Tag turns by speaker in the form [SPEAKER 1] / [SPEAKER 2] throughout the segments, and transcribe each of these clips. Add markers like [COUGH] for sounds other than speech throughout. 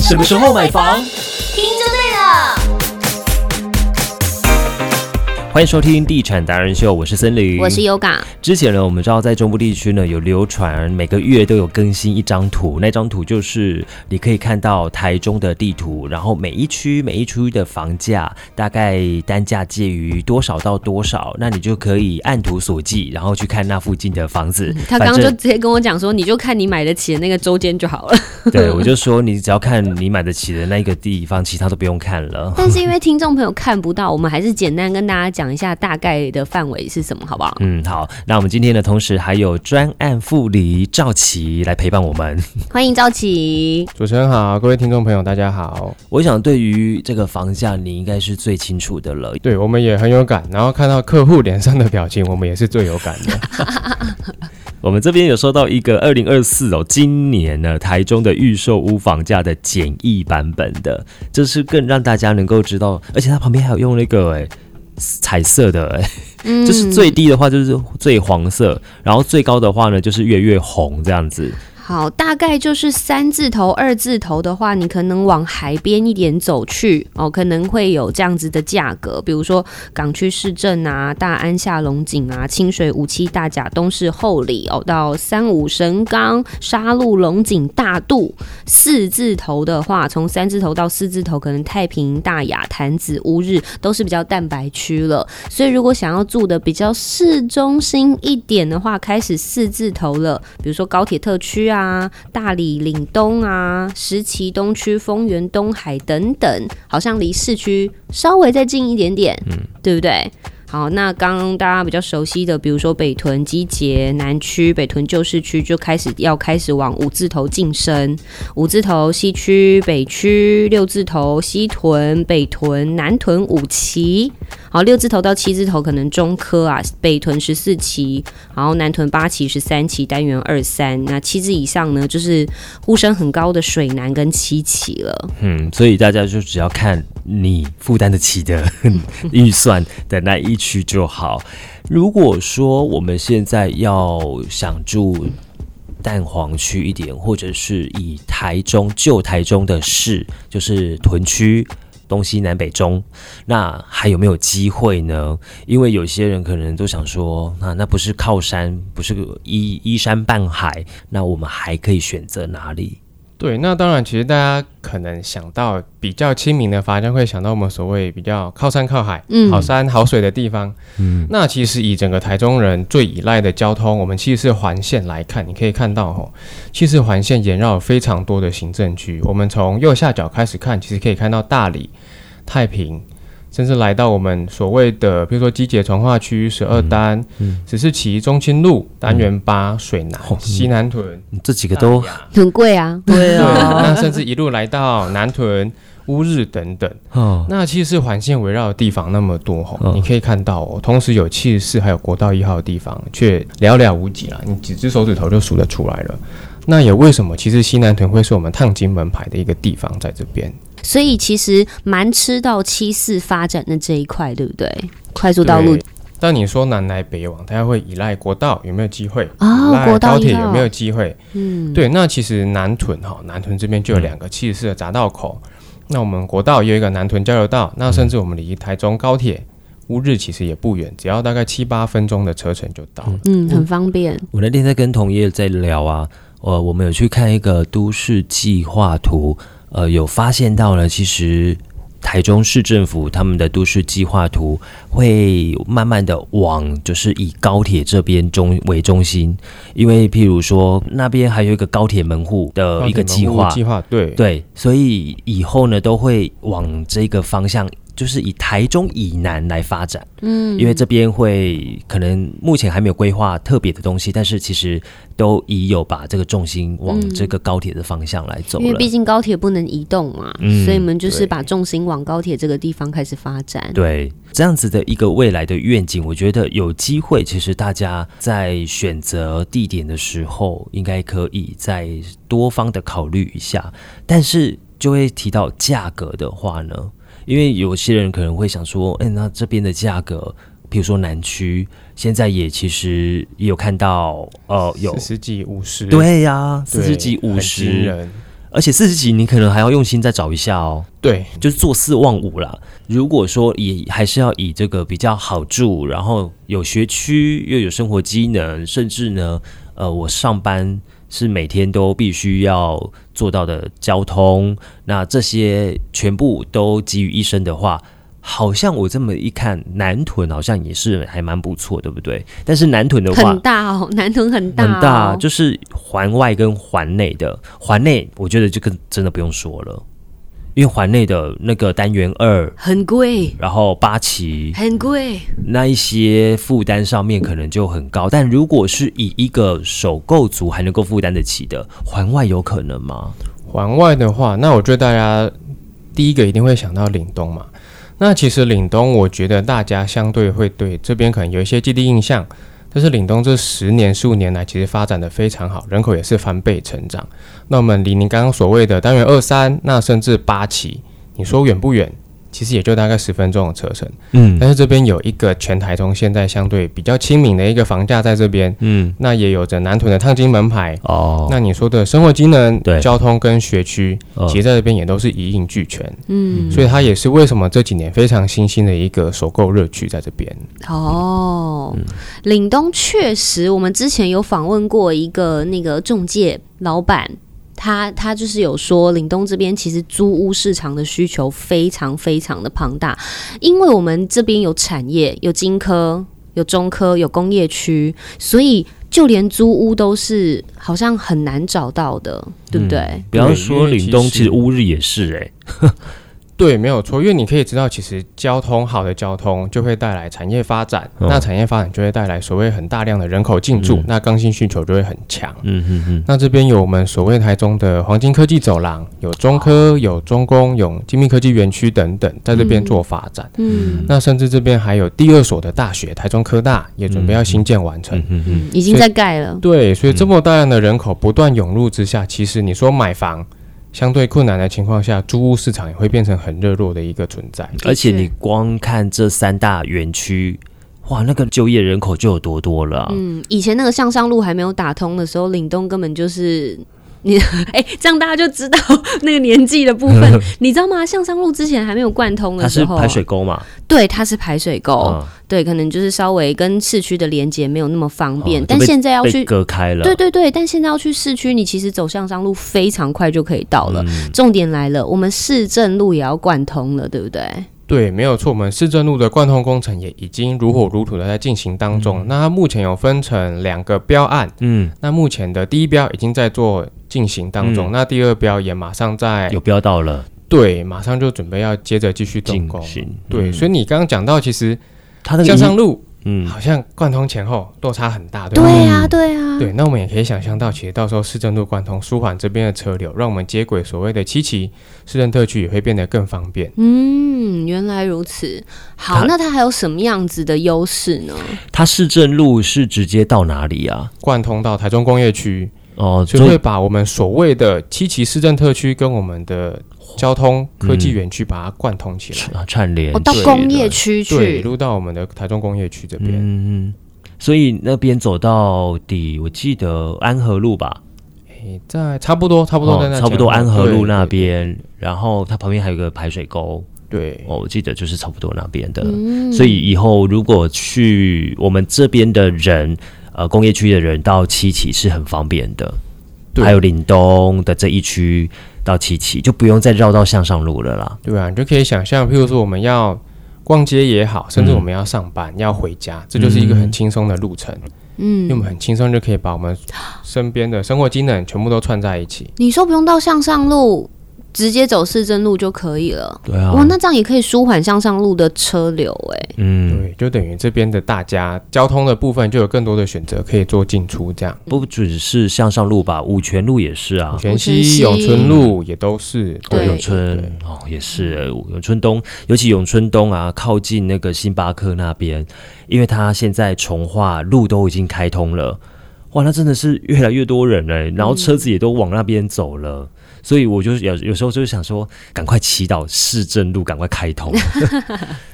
[SPEAKER 1] 什么时候买房？
[SPEAKER 2] 听就对了。
[SPEAKER 1] 欢迎收听《地产达人秀》，我是森林，
[SPEAKER 2] 我是 Yoga，
[SPEAKER 1] 之前呢，我们知道在中部地区呢有流传，每个月都有更新一张图，那张图就是你可以看到台中的地图，然后每一区每一区的房价大概单价介于多少到多少，那你就可以按图索骥，然后去看那附近的房子。
[SPEAKER 2] 他刚
[SPEAKER 1] 嗯反
[SPEAKER 2] 刚就
[SPEAKER 1] 正
[SPEAKER 2] 直接跟我讲说，你就看你买得起的那个周间
[SPEAKER 1] [LAUGHS]
[SPEAKER 2] 就好了。
[SPEAKER 1] 对我就说，你只要看你买得起的那一个地方，其他都不用看了。
[SPEAKER 2] 但是因为听众朋友看不到，我们还是简单跟大家讲一下大概的范围是什么，好不好？
[SPEAKER 1] 嗯，好，那我们今天呢，同时还有专案副理赵琪来陪伴我们。
[SPEAKER 2] 欢迎赵琪，
[SPEAKER 3] 主持人好，各位听众朋友，大家好。
[SPEAKER 1] [LAUGHS] 我想对于这个房价，你应该是最清楚的了。
[SPEAKER 3] 对我们也很有感，然后看到客户脸上的表情，我们也是最有感的。
[SPEAKER 1] 我们这边有收到一个二零二四哦，今年呢台中的预售屋房价的简易版本的，这是更让大家能够知道，而且它旁边还有用那个诶彩色的诶
[SPEAKER 2] 嗯
[SPEAKER 1] 就是最低的话就是最黄色，然后最高的话呢就是越越红这样子。
[SPEAKER 2] 好，大概就是三字头、二字头的话，你可能往海边一点走去哦，可能会有这样子的价格，比如说港区市政啊、大安下龙井啊、清水五期大甲、东市后里哦，到三五神冈、沙鹿、龙井、大肚。四字头的话，从三字头到四字头，可能太平、大雅、潭子、乌日都是比较蛋白区了。所以如果想要住的比较市中心一点的话，开始四字头了，比如说高铁特区啊、大理岭东啊、石岐东区、丰原东海等等，好像离市区稍微再近一点点，嗯，对不对？好，那刚刚大家比较熟悉的，比如说北屯、基捷、南区、北屯旧市区，就开始要开始往五字头晋升。五字头西区、北区，六字头西屯、北屯、南屯、五期，好，六字头到七字头可能中科啊，北屯十四期，然后南屯八期、十三期，单元二三。那七字以上呢，就是呼声很高的水南跟七期了。
[SPEAKER 1] 嗯，所以大家就只要看你负担得起的 [LAUGHS] 预算的那一区就好。如果说我们现在要想住蛋黄区一点，或者是以台中旧台中的市，就是屯区。东西南北中，那还有没有机会呢？因为有些人可能都想说，那那不是靠山，不是依依山傍海，那我们还可以选择哪里？
[SPEAKER 3] 对，那当然，其实大家可能想到比较亲民的法，就会想到我们所谓比较靠山靠海、
[SPEAKER 2] 嗯
[SPEAKER 3] 好山好水的地方。嗯，那其实以整个台中人最依赖的交通，我们其实是环线来看，你可以看到吼，其实环线沿绕有非常多的行政区。我们从右下角开始看，其实可以看到大理、太平。甚至来到我们所谓的，比如说机捷从化区、十二单、十四期、中清路、单元八、水南、西南屯、
[SPEAKER 1] 这几个都
[SPEAKER 3] 大雅
[SPEAKER 2] 很贵啊，
[SPEAKER 1] 对
[SPEAKER 3] 对，那甚至一路来到南屯、乌日等等。
[SPEAKER 1] 哦，
[SPEAKER 3] 那其实环线围绕的地方那么多吼，
[SPEAKER 1] 嗯
[SPEAKER 3] 你可以看到哦，同时有七十四还有国道一号的地方，却寥寥无几啦，你几只手指头就数得出来了。那也为什么，其实西南屯会是我们烫金门牌的一个地方，在这边。
[SPEAKER 2] 所以其实蛮吃到七四发展的这一块，对不对？快速道路
[SPEAKER 3] 对。但你说南来北往，它会依赖国道有没有机会？
[SPEAKER 2] 哦
[SPEAKER 3] 依赖
[SPEAKER 2] 国道
[SPEAKER 3] 高铁
[SPEAKER 2] 一号
[SPEAKER 3] 有没有机会？
[SPEAKER 2] 嗯，
[SPEAKER 3] 对，那其实南屯哈，南屯这边就有两个七十四的匝道口，那我们国道也有一个南屯交流道，那甚至我们离台中高铁乌日其实也不远，只要大概七八分钟的车程就到了。
[SPEAKER 2] 嗯，很方便。
[SPEAKER 1] 我那天在跟同业在聊啊，呃，我们有去看一个都市计划图，呃，有发现到呢，其实台中市政府他们的都市计划图会慢慢的往就是以高铁这边中为中心，因为譬如说那边还有一个高铁门户呃的一个
[SPEAKER 3] 高铁门户
[SPEAKER 1] 计划，
[SPEAKER 3] 计划对
[SPEAKER 1] 对，所以以后呢都会往这个方向，就是以台中以南来发展。嗯，因为这边会可能目前还没有规划特别的东西，但是其实都已有把这个重心往这个高铁的方向来走
[SPEAKER 2] 因为
[SPEAKER 1] 了。
[SPEAKER 2] 毕竟高铁不能移动嘛，
[SPEAKER 1] 嗯
[SPEAKER 2] 所以我们就是
[SPEAKER 3] 对
[SPEAKER 2] 把重心往高铁这个地方开始发展。
[SPEAKER 1] 对，这样子的一个未来的愿景，我觉得有机会，其实大家在选择地点的时候，应该可以再多方的考虑一下。但是就会提到价格的话呢，因为有些人可能会想说，哎、那这边的价格，比如说南区，现在也其实也有看到，呃，有
[SPEAKER 3] 四十几五十，
[SPEAKER 1] 对呀、四
[SPEAKER 3] 对，
[SPEAKER 1] 十几、五
[SPEAKER 3] 很惊
[SPEAKER 1] 十，
[SPEAKER 3] 人。
[SPEAKER 1] 而且四十几你可能还要用心再找一下哦，
[SPEAKER 3] 对，
[SPEAKER 1] 就是坐四望五啦。如果说以还是要以这个比较好住，然后有学区又有生活机能，甚至呢，呃，我上班是每天都必须要做到的交通，那这些全部都给予一身的话。好像我这么一看，南屯好像也是还蛮不错，对不对？但是南屯的话
[SPEAKER 2] 很，大哦，南屯很大、哦，
[SPEAKER 1] 很大，就是环外跟环内的。环内我觉得这个真的不用说了，因为环内的那个单元二，
[SPEAKER 2] 很贵，
[SPEAKER 1] 然后八旗
[SPEAKER 2] 很贵，
[SPEAKER 1] 那一些负担上面可能就很高。但如果是以一个首购族还能够负担得起的，环外有可能吗？
[SPEAKER 3] 环外的话，那我觉得大家第一个一定会想到岭东嘛。那其实岭东，我觉得大家相对会对这边可能有一些既定印象，但是岭东这十年、数年来其实发展的非常好，人口也是翻倍成长。那我们离您刚刚所谓的单元二三，那甚至八期，你说远不远？其实也就大概十分钟的车程。
[SPEAKER 1] 嗯
[SPEAKER 3] 但是这边有一个全台中现在相对比较亲民的一个房价在这边，
[SPEAKER 1] 嗯，
[SPEAKER 3] 那也有着南屯的烫金门牌。
[SPEAKER 1] 哦，
[SPEAKER 3] 那你说的生活机能
[SPEAKER 1] 对、
[SPEAKER 3] 交通跟学区，
[SPEAKER 1] 呃
[SPEAKER 3] 其实在这边也都是一应俱全。
[SPEAKER 2] 嗯，
[SPEAKER 3] 所以它也是为什么这几年非常新兴的一个首购热区在这边。
[SPEAKER 2] 哦，岭东确实，我们之前有访问过一个那个中介老板。他他就是有说，岭东这边其实租屋市场的需求非常非常的庞大，因为我们这边有产业，有金科，有中科，有工业区，所以就连租屋都是好像很难找到的，对不对？
[SPEAKER 1] 比方说岭东，其实乌日也是哎、
[SPEAKER 3] 对，没有错，因为你可以知道，其实交通好的交通就会带来产业发展，
[SPEAKER 1] 嗯
[SPEAKER 3] 那产业发展就会带来所谓很大量的人口进驻，那刚性需求就会很强。
[SPEAKER 1] 嗯嗯嗯，
[SPEAKER 3] 那这边有我们所谓台中的黄金科技走廊，有中
[SPEAKER 2] 哦
[SPEAKER 3] 科、有中工、有精密科技园区等等，在这边做发展。
[SPEAKER 2] 嗯
[SPEAKER 3] 那甚至这边还有第二所的大学，台中科大也准备要新建完成。
[SPEAKER 2] 嗯，已经在盖了，
[SPEAKER 3] 对，所以这么大量的人口不断涌入之下，其实你说买房相对困难的情况下，租屋市场也会变成很热络的一个存在。
[SPEAKER 1] 而且
[SPEAKER 2] 的确
[SPEAKER 1] 你光看这三大园区，哇，那个就业人口就有多多了啊、
[SPEAKER 2] 嗯，以前那个向上路还没有打通的时候，岭东根本就是 [LAUGHS] 你哎、这样大家就知道那个年纪的
[SPEAKER 1] [LAUGHS]
[SPEAKER 2] 部分，你知道吗？向上路之前还没有贯通
[SPEAKER 1] 它
[SPEAKER 2] 的时
[SPEAKER 1] 是
[SPEAKER 2] 候啊、哦
[SPEAKER 1] 排水沟嘛，
[SPEAKER 2] 对，它是排水沟，
[SPEAKER 1] 嗯
[SPEAKER 2] 对，可能就是稍微跟市区的连接没有那么方便，
[SPEAKER 1] 哦就
[SPEAKER 2] 但
[SPEAKER 1] 被
[SPEAKER 2] 现在要
[SPEAKER 1] 被
[SPEAKER 2] 去。
[SPEAKER 1] 隔开了。
[SPEAKER 2] 对对对，但现在要去市区，你其实走向上路非常快就可以到
[SPEAKER 1] 嗯
[SPEAKER 2] 了。重点来了，我们市政路也要贯通了，对不对？
[SPEAKER 1] 嗯
[SPEAKER 3] 对，没有错，我们市政路的贯通工程也已经如火如荼的在进行当中。
[SPEAKER 2] 嗯
[SPEAKER 3] 那它目前有分成两个标案，
[SPEAKER 1] 嗯，
[SPEAKER 3] 那目前的第一标已经在做进行当中，
[SPEAKER 1] 嗯
[SPEAKER 3] 那第二标也马上在
[SPEAKER 1] 有标到了，
[SPEAKER 3] 对，马上就准备要接着继续动
[SPEAKER 1] 进
[SPEAKER 3] 工。
[SPEAKER 1] 行。
[SPEAKER 3] 对，
[SPEAKER 1] 嗯
[SPEAKER 3] 所以你刚刚讲到，其实
[SPEAKER 1] 它那个
[SPEAKER 3] 向
[SPEAKER 1] 一
[SPEAKER 3] 上路
[SPEAKER 1] 嗯，
[SPEAKER 3] 好像贯通前后落差很大，对
[SPEAKER 2] 对
[SPEAKER 3] 吧？
[SPEAKER 2] 啊，对啊，
[SPEAKER 3] 对，那我们也可以想象到，其实到时候市政路贯通，舒缓这边的车流，让我们接轨所谓的七期市政特区，也会变得更方便。
[SPEAKER 2] 嗯，原来如此。好，
[SPEAKER 1] 它
[SPEAKER 2] 那它还有什么样子的优势呢？
[SPEAKER 1] 它市政路是直接到哪里啊？
[SPEAKER 3] 贯通到台中工业区，
[SPEAKER 1] 哦，
[SPEAKER 3] 就会把我们所谓的七期市政特区跟我们的交通科
[SPEAKER 1] 嗯
[SPEAKER 3] 技园区把它贯通起来，
[SPEAKER 1] 串串联
[SPEAKER 2] 哦我、到
[SPEAKER 1] 起
[SPEAKER 2] 工
[SPEAKER 1] 了
[SPEAKER 2] 业区
[SPEAKER 3] 对，一
[SPEAKER 2] 去，
[SPEAKER 3] 路到我们的台中工业区这边。
[SPEAKER 1] 嗯，所以那边走到底，我记得安和路吧，
[SPEAKER 3] 诶在差不多，差
[SPEAKER 1] 差
[SPEAKER 3] 不多在那前后、
[SPEAKER 1] 差不多安和路
[SPEAKER 3] 对
[SPEAKER 1] 那。边，然后它旁边还有个排水沟，
[SPEAKER 3] 对，
[SPEAKER 1] 哦，我记得就是差不多那边的。
[SPEAKER 2] 嗯
[SPEAKER 1] 所以以后如果去我们这边的人，呃，工业区的人到七期是很方便的，
[SPEAKER 3] 对
[SPEAKER 1] 还有岭东的这一区到七期就不用再绕到向上路了啦。
[SPEAKER 3] 对啊，你就可以想象，譬如说我们要逛街也好，甚至我们要上班、要回家，这就是一个很轻松的路程，因为我
[SPEAKER 2] 嗯，
[SPEAKER 3] 们很轻松就可以把我们身边的生活机能全部都串在一起。
[SPEAKER 2] 你说不用到向上路，直接走市政路就可以了。
[SPEAKER 1] 对啊
[SPEAKER 2] 哇，，那这样也可以舒缓向上路的车流、哎，
[SPEAKER 1] 嗯，
[SPEAKER 3] 对，就等于这边的大家交通的部分就有更多的选择可以做进出，这样。
[SPEAKER 1] 不只是向上路吧，五泉路也是啊。
[SPEAKER 3] 全
[SPEAKER 2] 全
[SPEAKER 3] 西、
[SPEAKER 2] 西
[SPEAKER 3] 永春路也都是
[SPEAKER 1] 哦
[SPEAKER 2] 对
[SPEAKER 1] 永春哦，也是呃永春东，尤其永春东啊，靠近那个星巴克那边，因为它现在重化路都已经开欸
[SPEAKER 2] 嗯
[SPEAKER 1] 通了，哇，那真的是越来越多人嘞、然后车子也都往那边走了，所以我就是有有时候就是想说，赶快祈祷市政路赶快开
[SPEAKER 2] [LAUGHS]
[SPEAKER 1] 通，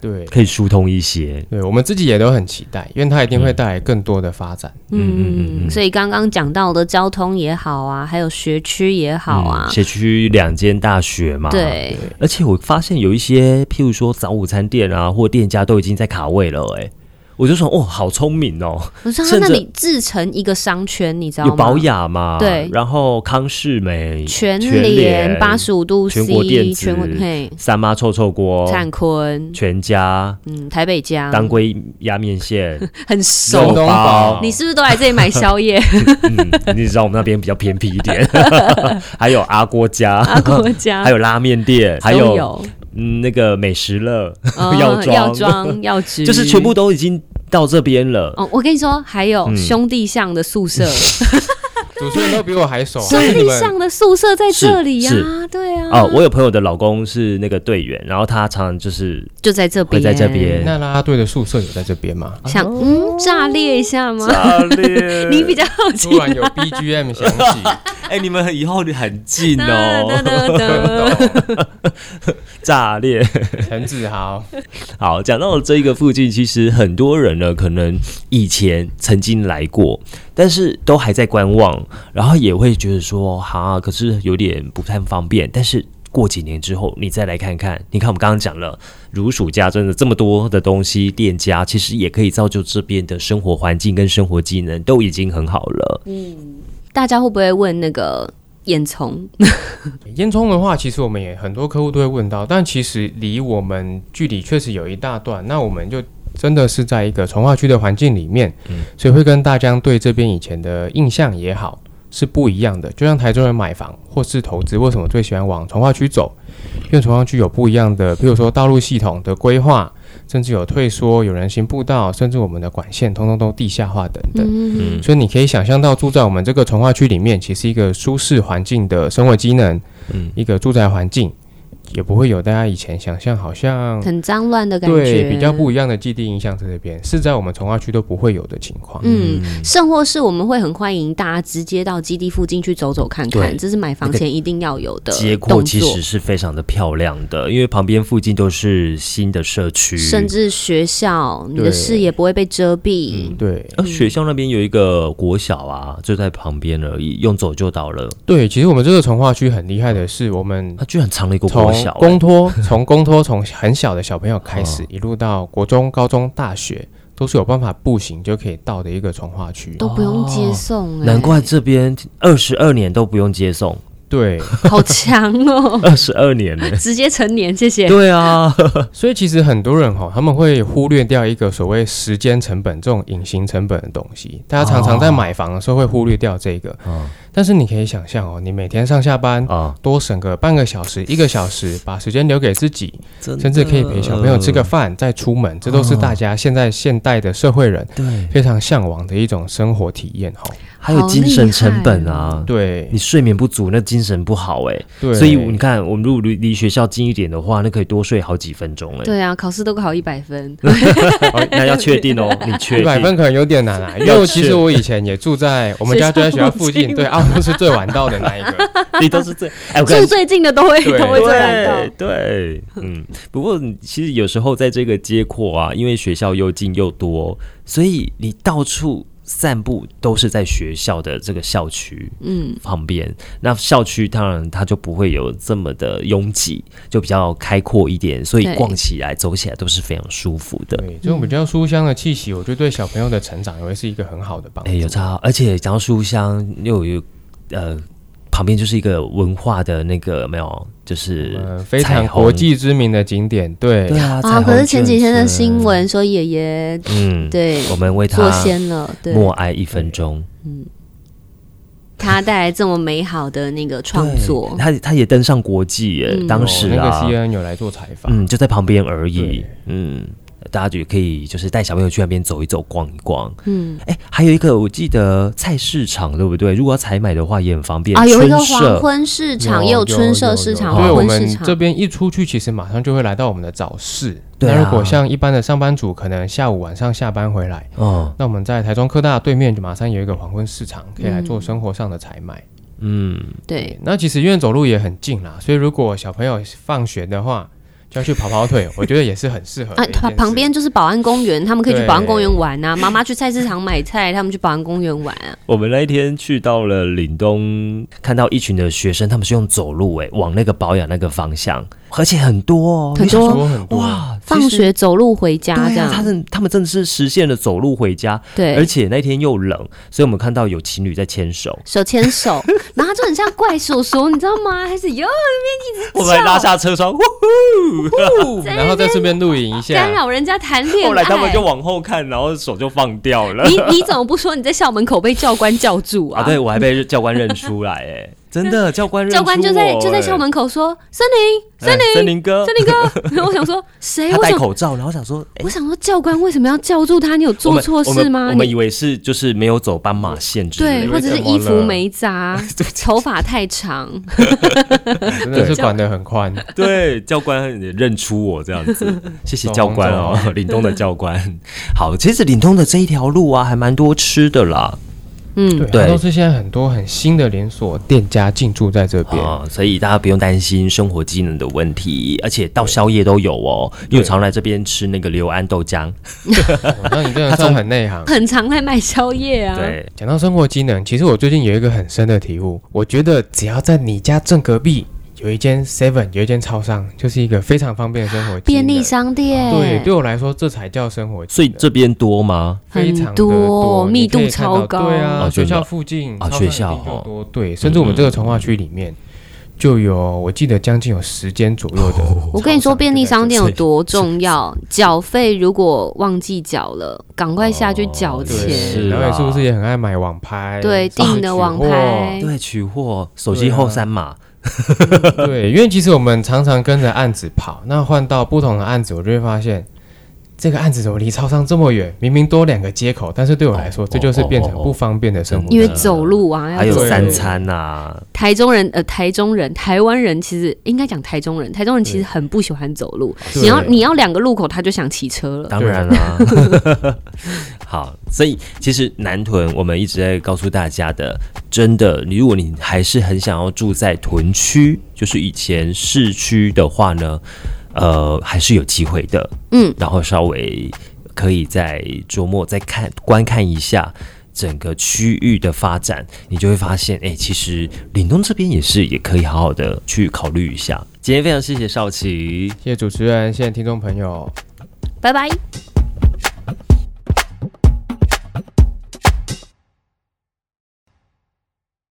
[SPEAKER 3] 对
[SPEAKER 1] 可以疏通一些。
[SPEAKER 3] 对，我们自己也都很期待，因为它一定会带来更多的发展。
[SPEAKER 1] 嗯嗯嗯
[SPEAKER 2] 嗯，所以刚刚讲到的交通也好啊，还有学区也好啊
[SPEAKER 1] 嗯，啊学区两间大学嘛，。
[SPEAKER 2] 对，
[SPEAKER 1] 而且我发现有一些，譬如说早午餐店啊，或店家都已经在卡位了、哎，我就说哦，好聪明哦，
[SPEAKER 2] 我知道他
[SPEAKER 1] 甚
[SPEAKER 2] 那
[SPEAKER 1] 至
[SPEAKER 2] 里自成一个商圈，你知道吗？
[SPEAKER 1] 有宝雅嘛，
[SPEAKER 2] 对
[SPEAKER 1] 然后康世美、
[SPEAKER 2] 全
[SPEAKER 1] 全
[SPEAKER 2] 联
[SPEAKER 1] 联
[SPEAKER 2] 八十五度 C，
[SPEAKER 1] 全国电子
[SPEAKER 2] 全国嘿，
[SPEAKER 1] 三妈臭臭锅、
[SPEAKER 2] 灿坤，
[SPEAKER 1] 全家、
[SPEAKER 2] 嗯，台北家，
[SPEAKER 1] 当哦归压面
[SPEAKER 2] [LAUGHS]
[SPEAKER 1] 线、
[SPEAKER 2] 很
[SPEAKER 1] 肉
[SPEAKER 2] 熟。
[SPEAKER 1] 包
[SPEAKER 3] 东宝，
[SPEAKER 2] 你是不是都来这里买宵
[SPEAKER 1] [LAUGHS]
[SPEAKER 2] 夜？
[SPEAKER 1] 嗯，你知道我们那边比较偏僻一
[SPEAKER 2] [LAUGHS]
[SPEAKER 1] 点，还有阿郭家，
[SPEAKER 2] 阿国家
[SPEAKER 1] 还有拉面店，还
[SPEAKER 2] 都
[SPEAKER 1] 有
[SPEAKER 2] 有
[SPEAKER 1] 嗯那个美食乐，
[SPEAKER 2] [LAUGHS] 嗯
[SPEAKER 1] [LAUGHS] 药妆
[SPEAKER 2] 药
[SPEAKER 1] [LAUGHS]
[SPEAKER 2] 妆、药局，
[SPEAKER 1] 就是全部。都已经到这边了。
[SPEAKER 2] 哦，我跟你说，还有
[SPEAKER 1] 嗯
[SPEAKER 2] 兄弟巷的宿舍，兄
[SPEAKER 3] 主持人都比我还熟，啊你
[SPEAKER 2] 弟
[SPEAKER 3] 们
[SPEAKER 2] 巷的宿舍在这里呀
[SPEAKER 1] 是，
[SPEAKER 2] 对啊，
[SPEAKER 1] 哦，我有朋友的老公是那个队员，然后他常常就是
[SPEAKER 2] 就在这边，
[SPEAKER 1] 会在这边
[SPEAKER 3] 那啦啦队的宿舍有在这边吗？
[SPEAKER 2] 想嗯炸裂一下
[SPEAKER 1] [LAUGHS]
[SPEAKER 2] 吗？
[SPEAKER 1] 炸裂
[SPEAKER 2] 你比较好奇
[SPEAKER 3] 突。然
[SPEAKER 1] [LAUGHS]
[SPEAKER 3] 有 BGM 响起，
[SPEAKER 1] 哎、你们以后很近
[SPEAKER 2] 哒哒
[SPEAKER 1] 哦，
[SPEAKER 2] 哒哒
[SPEAKER 1] [LAUGHS] 炸裂！
[SPEAKER 3] 陈子豪，
[SPEAKER 1] 好，讲到了这个附近，其实很多人呢，可能以前曾经来过，但是都还在观望，然后也会觉得说，哈，可是有点不太方便。但是过几年之后，你再来看看，你看我们刚刚讲了，如暑假真的这么多的东西，店家其实也可以造就这边的生活环境跟生活技能都已经很好了。
[SPEAKER 2] 大家会不会问那个烟囱？
[SPEAKER 3] 烟囱的话，其实我们也很多客户都会问到，但其实离我们距离确实有一大段，那我们就真的是在一个从化区的环境里面，所以会跟大家对这边以前的印象也好是不一样的。就像台中人买房或是投资，为什么最喜欢往从化区走？因为从化区有不一样的，比如说道路系统的规划，甚至有退缩、有人行步道，甚至我们的管线通通都地下化等等。
[SPEAKER 2] 嗯，
[SPEAKER 1] 嗯
[SPEAKER 3] 所以你可以想象到，住在我们这个从化区里面，其实一个舒适环境的生活机能，
[SPEAKER 1] 嗯
[SPEAKER 3] 一个住宅环境，也不会有大家以前想象好像
[SPEAKER 1] 嗯
[SPEAKER 2] 很脏乱的感觉，
[SPEAKER 3] 对比较不一样的既定印象在这边，是在我们从化区都不会有的情况。
[SPEAKER 2] 嗯，甚或是我们会很欢迎大家直接到基地附近去走走看看，
[SPEAKER 1] 对
[SPEAKER 2] 这是买房前一定要有的
[SPEAKER 1] 结果
[SPEAKER 2] 动
[SPEAKER 1] 其
[SPEAKER 2] 作
[SPEAKER 1] 实，是非常的漂亮的，因为旁边附近都是新的社区，
[SPEAKER 2] 甚至学校，你的
[SPEAKER 3] 对
[SPEAKER 2] 视野不会被遮蔽。
[SPEAKER 3] 对
[SPEAKER 1] 呃，学校那边有一个国小啊，就在旁边而已，用走就到了。
[SPEAKER 3] 对，其实我们这个从化区很厉害的是，我们
[SPEAKER 1] 它居然藏了一个国
[SPEAKER 3] 从
[SPEAKER 1] 小、欸
[SPEAKER 3] 公托，
[SPEAKER 2] 欸
[SPEAKER 3] [LAUGHS] 从公托从很小的小朋友开始，一路到国中、高中、大学，都是有办法步行就可以到的一个从化区。
[SPEAKER 2] 都不用接送、
[SPEAKER 1] 嗯
[SPEAKER 2] 欸，
[SPEAKER 1] 难怪这边二十二年都不用接
[SPEAKER 3] [LAUGHS]
[SPEAKER 1] 送，
[SPEAKER 3] 对，
[SPEAKER 2] 哎好强哦、。
[SPEAKER 1] 二十二年呢
[SPEAKER 2] 直接成年，谢谢。
[SPEAKER 1] 对
[SPEAKER 3] [LAUGHS]
[SPEAKER 1] 啊，
[SPEAKER 3] 所以其实很多人哈，他们会忽略掉一个所谓时间成本这种隐形成本的东西。大家常常
[SPEAKER 2] 哦
[SPEAKER 3] 在买房的时候会忽略掉这个，
[SPEAKER 2] 嗯
[SPEAKER 1] 哦
[SPEAKER 3] 但是你可以想象哦，你每天上下班。
[SPEAKER 1] 啊，
[SPEAKER 3] 多省个半个小时、一个小时，把时间留给自己，
[SPEAKER 1] 真的
[SPEAKER 3] 甚至可以陪小朋友吃个饭，再出门，这都是大家现在现代的社会人
[SPEAKER 1] 对，
[SPEAKER 3] 非常向往的一种生活体验哈。
[SPEAKER 1] 还有精神成本啊。
[SPEAKER 3] 对
[SPEAKER 1] 你睡眠不足，那精神不好哎、
[SPEAKER 3] 对，
[SPEAKER 1] 所以你看，我们如果离离学校近一点的话，那可以多睡好几分钟哎、
[SPEAKER 2] 对啊，考试都考一百分，
[SPEAKER 1] 哦那要确定哦，你确
[SPEAKER 3] [LAUGHS] 一百
[SPEAKER 1] 定？
[SPEAKER 3] 分可能有点难啊，因为其实我以前也住在我们家就在学校
[SPEAKER 2] 学校附
[SPEAKER 3] 附近，
[SPEAKER 2] 近
[SPEAKER 3] 对，啊，我是最晚到的那
[SPEAKER 1] [LAUGHS]
[SPEAKER 3] 一个。
[SPEAKER 1] [LAUGHS] 你都是最哎，我跟
[SPEAKER 2] 住
[SPEAKER 1] 你
[SPEAKER 2] 最近的都会 [LAUGHS]
[SPEAKER 3] 对
[SPEAKER 2] 都会这样
[SPEAKER 1] 对对，嗯。不过你其实有时候在这个街廓啊，因为学校又近又多，所以你到处散步都是在学校的这个校区
[SPEAKER 2] 嗯，
[SPEAKER 1] 旁边。那校区当然它就不会有这么的拥挤，就比较开阔一点，所以
[SPEAKER 2] 对
[SPEAKER 1] 逛起来、走起来都是非常舒服的。
[SPEAKER 3] 对，这种比较书香的气息，我觉得对小朋友的成长也会是一个很好的帮助。
[SPEAKER 1] 哎、有差哦，而且讲到书香，又有呃。旁边就是一个文化的那个有没有，就是
[SPEAKER 3] 嗯，非
[SPEAKER 1] 彩
[SPEAKER 3] 常
[SPEAKER 1] 虹
[SPEAKER 3] 国际知名的景点，对
[SPEAKER 1] 对，啊，
[SPEAKER 2] 啊，
[SPEAKER 1] 彩
[SPEAKER 2] 可是
[SPEAKER 1] 虹
[SPEAKER 2] 前几天的
[SPEAKER 1] 眷村
[SPEAKER 2] 新，闻说爷爷
[SPEAKER 1] 嗯，
[SPEAKER 2] 对
[SPEAKER 1] 我们为他
[SPEAKER 2] 做仙了，对，嗯
[SPEAKER 1] 默哀一分钟
[SPEAKER 2] 他带来这么美好的那个创
[SPEAKER 1] 对
[SPEAKER 2] 作，
[SPEAKER 1] 他他也登上国际耶，
[SPEAKER 2] 嗯
[SPEAKER 1] 当时
[SPEAKER 3] 哦那个
[SPEAKER 1] 啊，
[SPEAKER 3] CNN 有来做采访，
[SPEAKER 1] 嗯，就在旁边而已
[SPEAKER 3] 对，
[SPEAKER 1] 嗯，大家就可以就是带小朋友去那边走一走、逛一逛。
[SPEAKER 2] 嗯，
[SPEAKER 1] 哎，还有一个我记得菜市场对不对？如果要采买的话也很方便，
[SPEAKER 2] 啊，有一个
[SPEAKER 1] 春
[SPEAKER 2] 黄
[SPEAKER 1] 社
[SPEAKER 2] 昏市场，
[SPEAKER 3] 有
[SPEAKER 2] 也有
[SPEAKER 3] 有
[SPEAKER 2] 春
[SPEAKER 3] 有
[SPEAKER 2] 社
[SPEAKER 3] 有
[SPEAKER 2] 市场、
[SPEAKER 3] 对
[SPEAKER 2] 黄
[SPEAKER 3] 我
[SPEAKER 2] 昏市
[SPEAKER 3] 们
[SPEAKER 2] 场
[SPEAKER 3] 这。边一出去，其实马上就会来到我们的早市。
[SPEAKER 1] 对啊
[SPEAKER 3] 那如果像一般的上班族，可能下午晚上下班回来，
[SPEAKER 1] 哦。
[SPEAKER 3] 那我们在台中科大对面就马上有一个黄昏市场，可以来做生活上的采买。
[SPEAKER 1] 嗯，
[SPEAKER 2] 对，
[SPEAKER 3] 那其实医院走路也很近啦，所以如果小朋友放学的话，就要去跑跑腿，我觉得也是很适合的
[SPEAKER 2] 啊
[SPEAKER 3] 一件，事。
[SPEAKER 2] 旁旁边就是保安公园，他们可以去
[SPEAKER 3] 对
[SPEAKER 2] 保安公园玩啊。妈妈去菜市场买菜，他们去保安公园玩啊。
[SPEAKER 1] 我们那一天去到了岭东，看到一群的学生，他们是用走路诶、往那个保养那个方向，而且很多哦，
[SPEAKER 2] 很
[SPEAKER 1] 你想
[SPEAKER 2] 多
[SPEAKER 1] 说
[SPEAKER 3] 多很多，
[SPEAKER 1] 哇，
[SPEAKER 2] 放
[SPEAKER 1] 其实
[SPEAKER 2] 学走路回家这
[SPEAKER 1] 对啊，
[SPEAKER 2] 样，
[SPEAKER 1] 他们他们真的是实现了走路回家，而
[SPEAKER 2] 对，
[SPEAKER 1] 且那天又冷，所以我们看到有情侣在牵手，
[SPEAKER 2] 手牵手， [LAUGHS] 然后就很像怪叔叔，你知道吗？还是哟，
[SPEAKER 1] 我们还拉下车窗，呼 [LAUGHS]
[SPEAKER 3] 哦然后再顺便露营一
[SPEAKER 2] 干
[SPEAKER 3] 下。
[SPEAKER 2] 扰人家谈恋爱。
[SPEAKER 1] 后来他们就往后看，然后手就放掉了。
[SPEAKER 2] 你你怎么不说你在校门口被教官叫住
[SPEAKER 1] [LAUGHS]
[SPEAKER 2] 啊？
[SPEAKER 1] 啊，对，我还被教官认出来，
[SPEAKER 2] [LAUGHS]
[SPEAKER 1] 哎，真的，教官认出
[SPEAKER 2] 教官就在
[SPEAKER 1] 我
[SPEAKER 2] 就在
[SPEAKER 1] 哎
[SPEAKER 2] 校门口说：“
[SPEAKER 1] [LAUGHS]
[SPEAKER 2] 森林，
[SPEAKER 1] 哎
[SPEAKER 2] 森林，
[SPEAKER 1] 森林哥
[SPEAKER 2] 森，林哥。”然后我想说谁？
[SPEAKER 1] 他
[SPEAKER 2] 为
[SPEAKER 1] 戴
[SPEAKER 2] 什么？
[SPEAKER 1] 口罩，然后想说，哎
[SPEAKER 2] 我想说教官为什么要叫住他？你有
[SPEAKER 1] 我
[SPEAKER 2] 做
[SPEAKER 1] 们
[SPEAKER 2] 错
[SPEAKER 1] 我们
[SPEAKER 2] 事吗？
[SPEAKER 1] 我
[SPEAKER 2] 你
[SPEAKER 1] 们以为是就是没有走斑马线之类
[SPEAKER 2] 对，
[SPEAKER 1] 的，
[SPEAKER 2] 或者是衣服没
[SPEAKER 1] [LAUGHS]
[SPEAKER 2] 扎，头发太长，
[SPEAKER 3] 真的是管得很宽。
[SPEAKER 1] 对，教官也认出我这样
[SPEAKER 2] [LAUGHS]
[SPEAKER 1] 子，谢谢教官哦，岭东的教官。好，其实岭东的这一条路啊，还蛮多吃的啦，
[SPEAKER 2] 嗯，
[SPEAKER 1] 对
[SPEAKER 3] 对，都是现在很多很新的连锁店家进驻在这边。
[SPEAKER 1] 啊、所以大家不用担心生活机能的问题，而且到宵夜都有哦，因为我常来这边吃那个刘安豆浆，
[SPEAKER 3] 哦那你真的算很内行。
[SPEAKER 2] 很常在卖宵夜啊。
[SPEAKER 1] 对，
[SPEAKER 3] 讲到生活机能，其实我最近有一个很深的体悟，我觉得只要在你家正隔壁有一间 Seven，有一间超商，就是一个非常方便的生活机能。
[SPEAKER 2] 便利商店，
[SPEAKER 3] 对，对我来说这才叫生活机能。
[SPEAKER 1] 所以这边多吗？
[SPEAKER 3] 非常
[SPEAKER 2] 很
[SPEAKER 3] 的
[SPEAKER 2] 多
[SPEAKER 3] 多，
[SPEAKER 2] 密度
[SPEAKER 3] 你可以看到
[SPEAKER 2] 超高
[SPEAKER 3] 对
[SPEAKER 1] 哦
[SPEAKER 3] 啊，学
[SPEAKER 1] 真的
[SPEAKER 3] 校附近
[SPEAKER 1] 啊
[SPEAKER 3] 超商
[SPEAKER 1] 学校
[SPEAKER 3] 一定就
[SPEAKER 1] 哦
[SPEAKER 3] 多，对，甚至我们这个从化区里面就有，我记得将近有十间左右的。
[SPEAKER 1] 哦
[SPEAKER 2] 我跟你说，便利商店有
[SPEAKER 1] 所以
[SPEAKER 2] 多重要？缴费如果忘记缴了，赶快下去缴
[SPEAKER 1] 对
[SPEAKER 2] 钱。
[SPEAKER 1] 是
[SPEAKER 3] 然后
[SPEAKER 1] 啊
[SPEAKER 3] 你是不是也很爱买网拍？
[SPEAKER 2] 对，
[SPEAKER 3] 甚至
[SPEAKER 2] 订的
[SPEAKER 3] 取
[SPEAKER 2] 网
[SPEAKER 3] 货
[SPEAKER 2] 拍，
[SPEAKER 1] 对，取货手机后三码， [LAUGHS]
[SPEAKER 3] 对，因为其实我们常常跟着案子跑，那换到不同的案子，我就会发现这个案子怎么离超商这么远？明明多两个街口，但是对我来说，
[SPEAKER 1] 哦
[SPEAKER 3] 这就是变成
[SPEAKER 1] 哦哦哦
[SPEAKER 3] 不方便的生活。
[SPEAKER 2] 因为走路啊，
[SPEAKER 1] 还
[SPEAKER 2] 要
[SPEAKER 1] 有
[SPEAKER 2] 走
[SPEAKER 3] 对
[SPEAKER 1] 三餐呐、啊，
[SPEAKER 2] 台中人呃，台中人、台湾人其实应该讲台中人，台中人其实很不喜欢走路。
[SPEAKER 3] 对
[SPEAKER 2] 你要你要两个路口，他就想骑车了。
[SPEAKER 1] 当然啦、
[SPEAKER 2] [LAUGHS]
[SPEAKER 1] [LAUGHS] 好，所以其实南屯我们一直在告诉大家的，真的，你如果你还是很想要住在屯区，就是以前市区的话呢，呃，还是有机会的。
[SPEAKER 2] 嗯，
[SPEAKER 1] 然后稍微可以在周末再看观看一下。整个区域的发展，你就会发现，哎、其实岭东这边也是，也可以好好的去考虑一下。今天非常谢谢少奇，
[SPEAKER 3] 谢谢主持人，谢谢听众朋友。
[SPEAKER 2] 拜拜。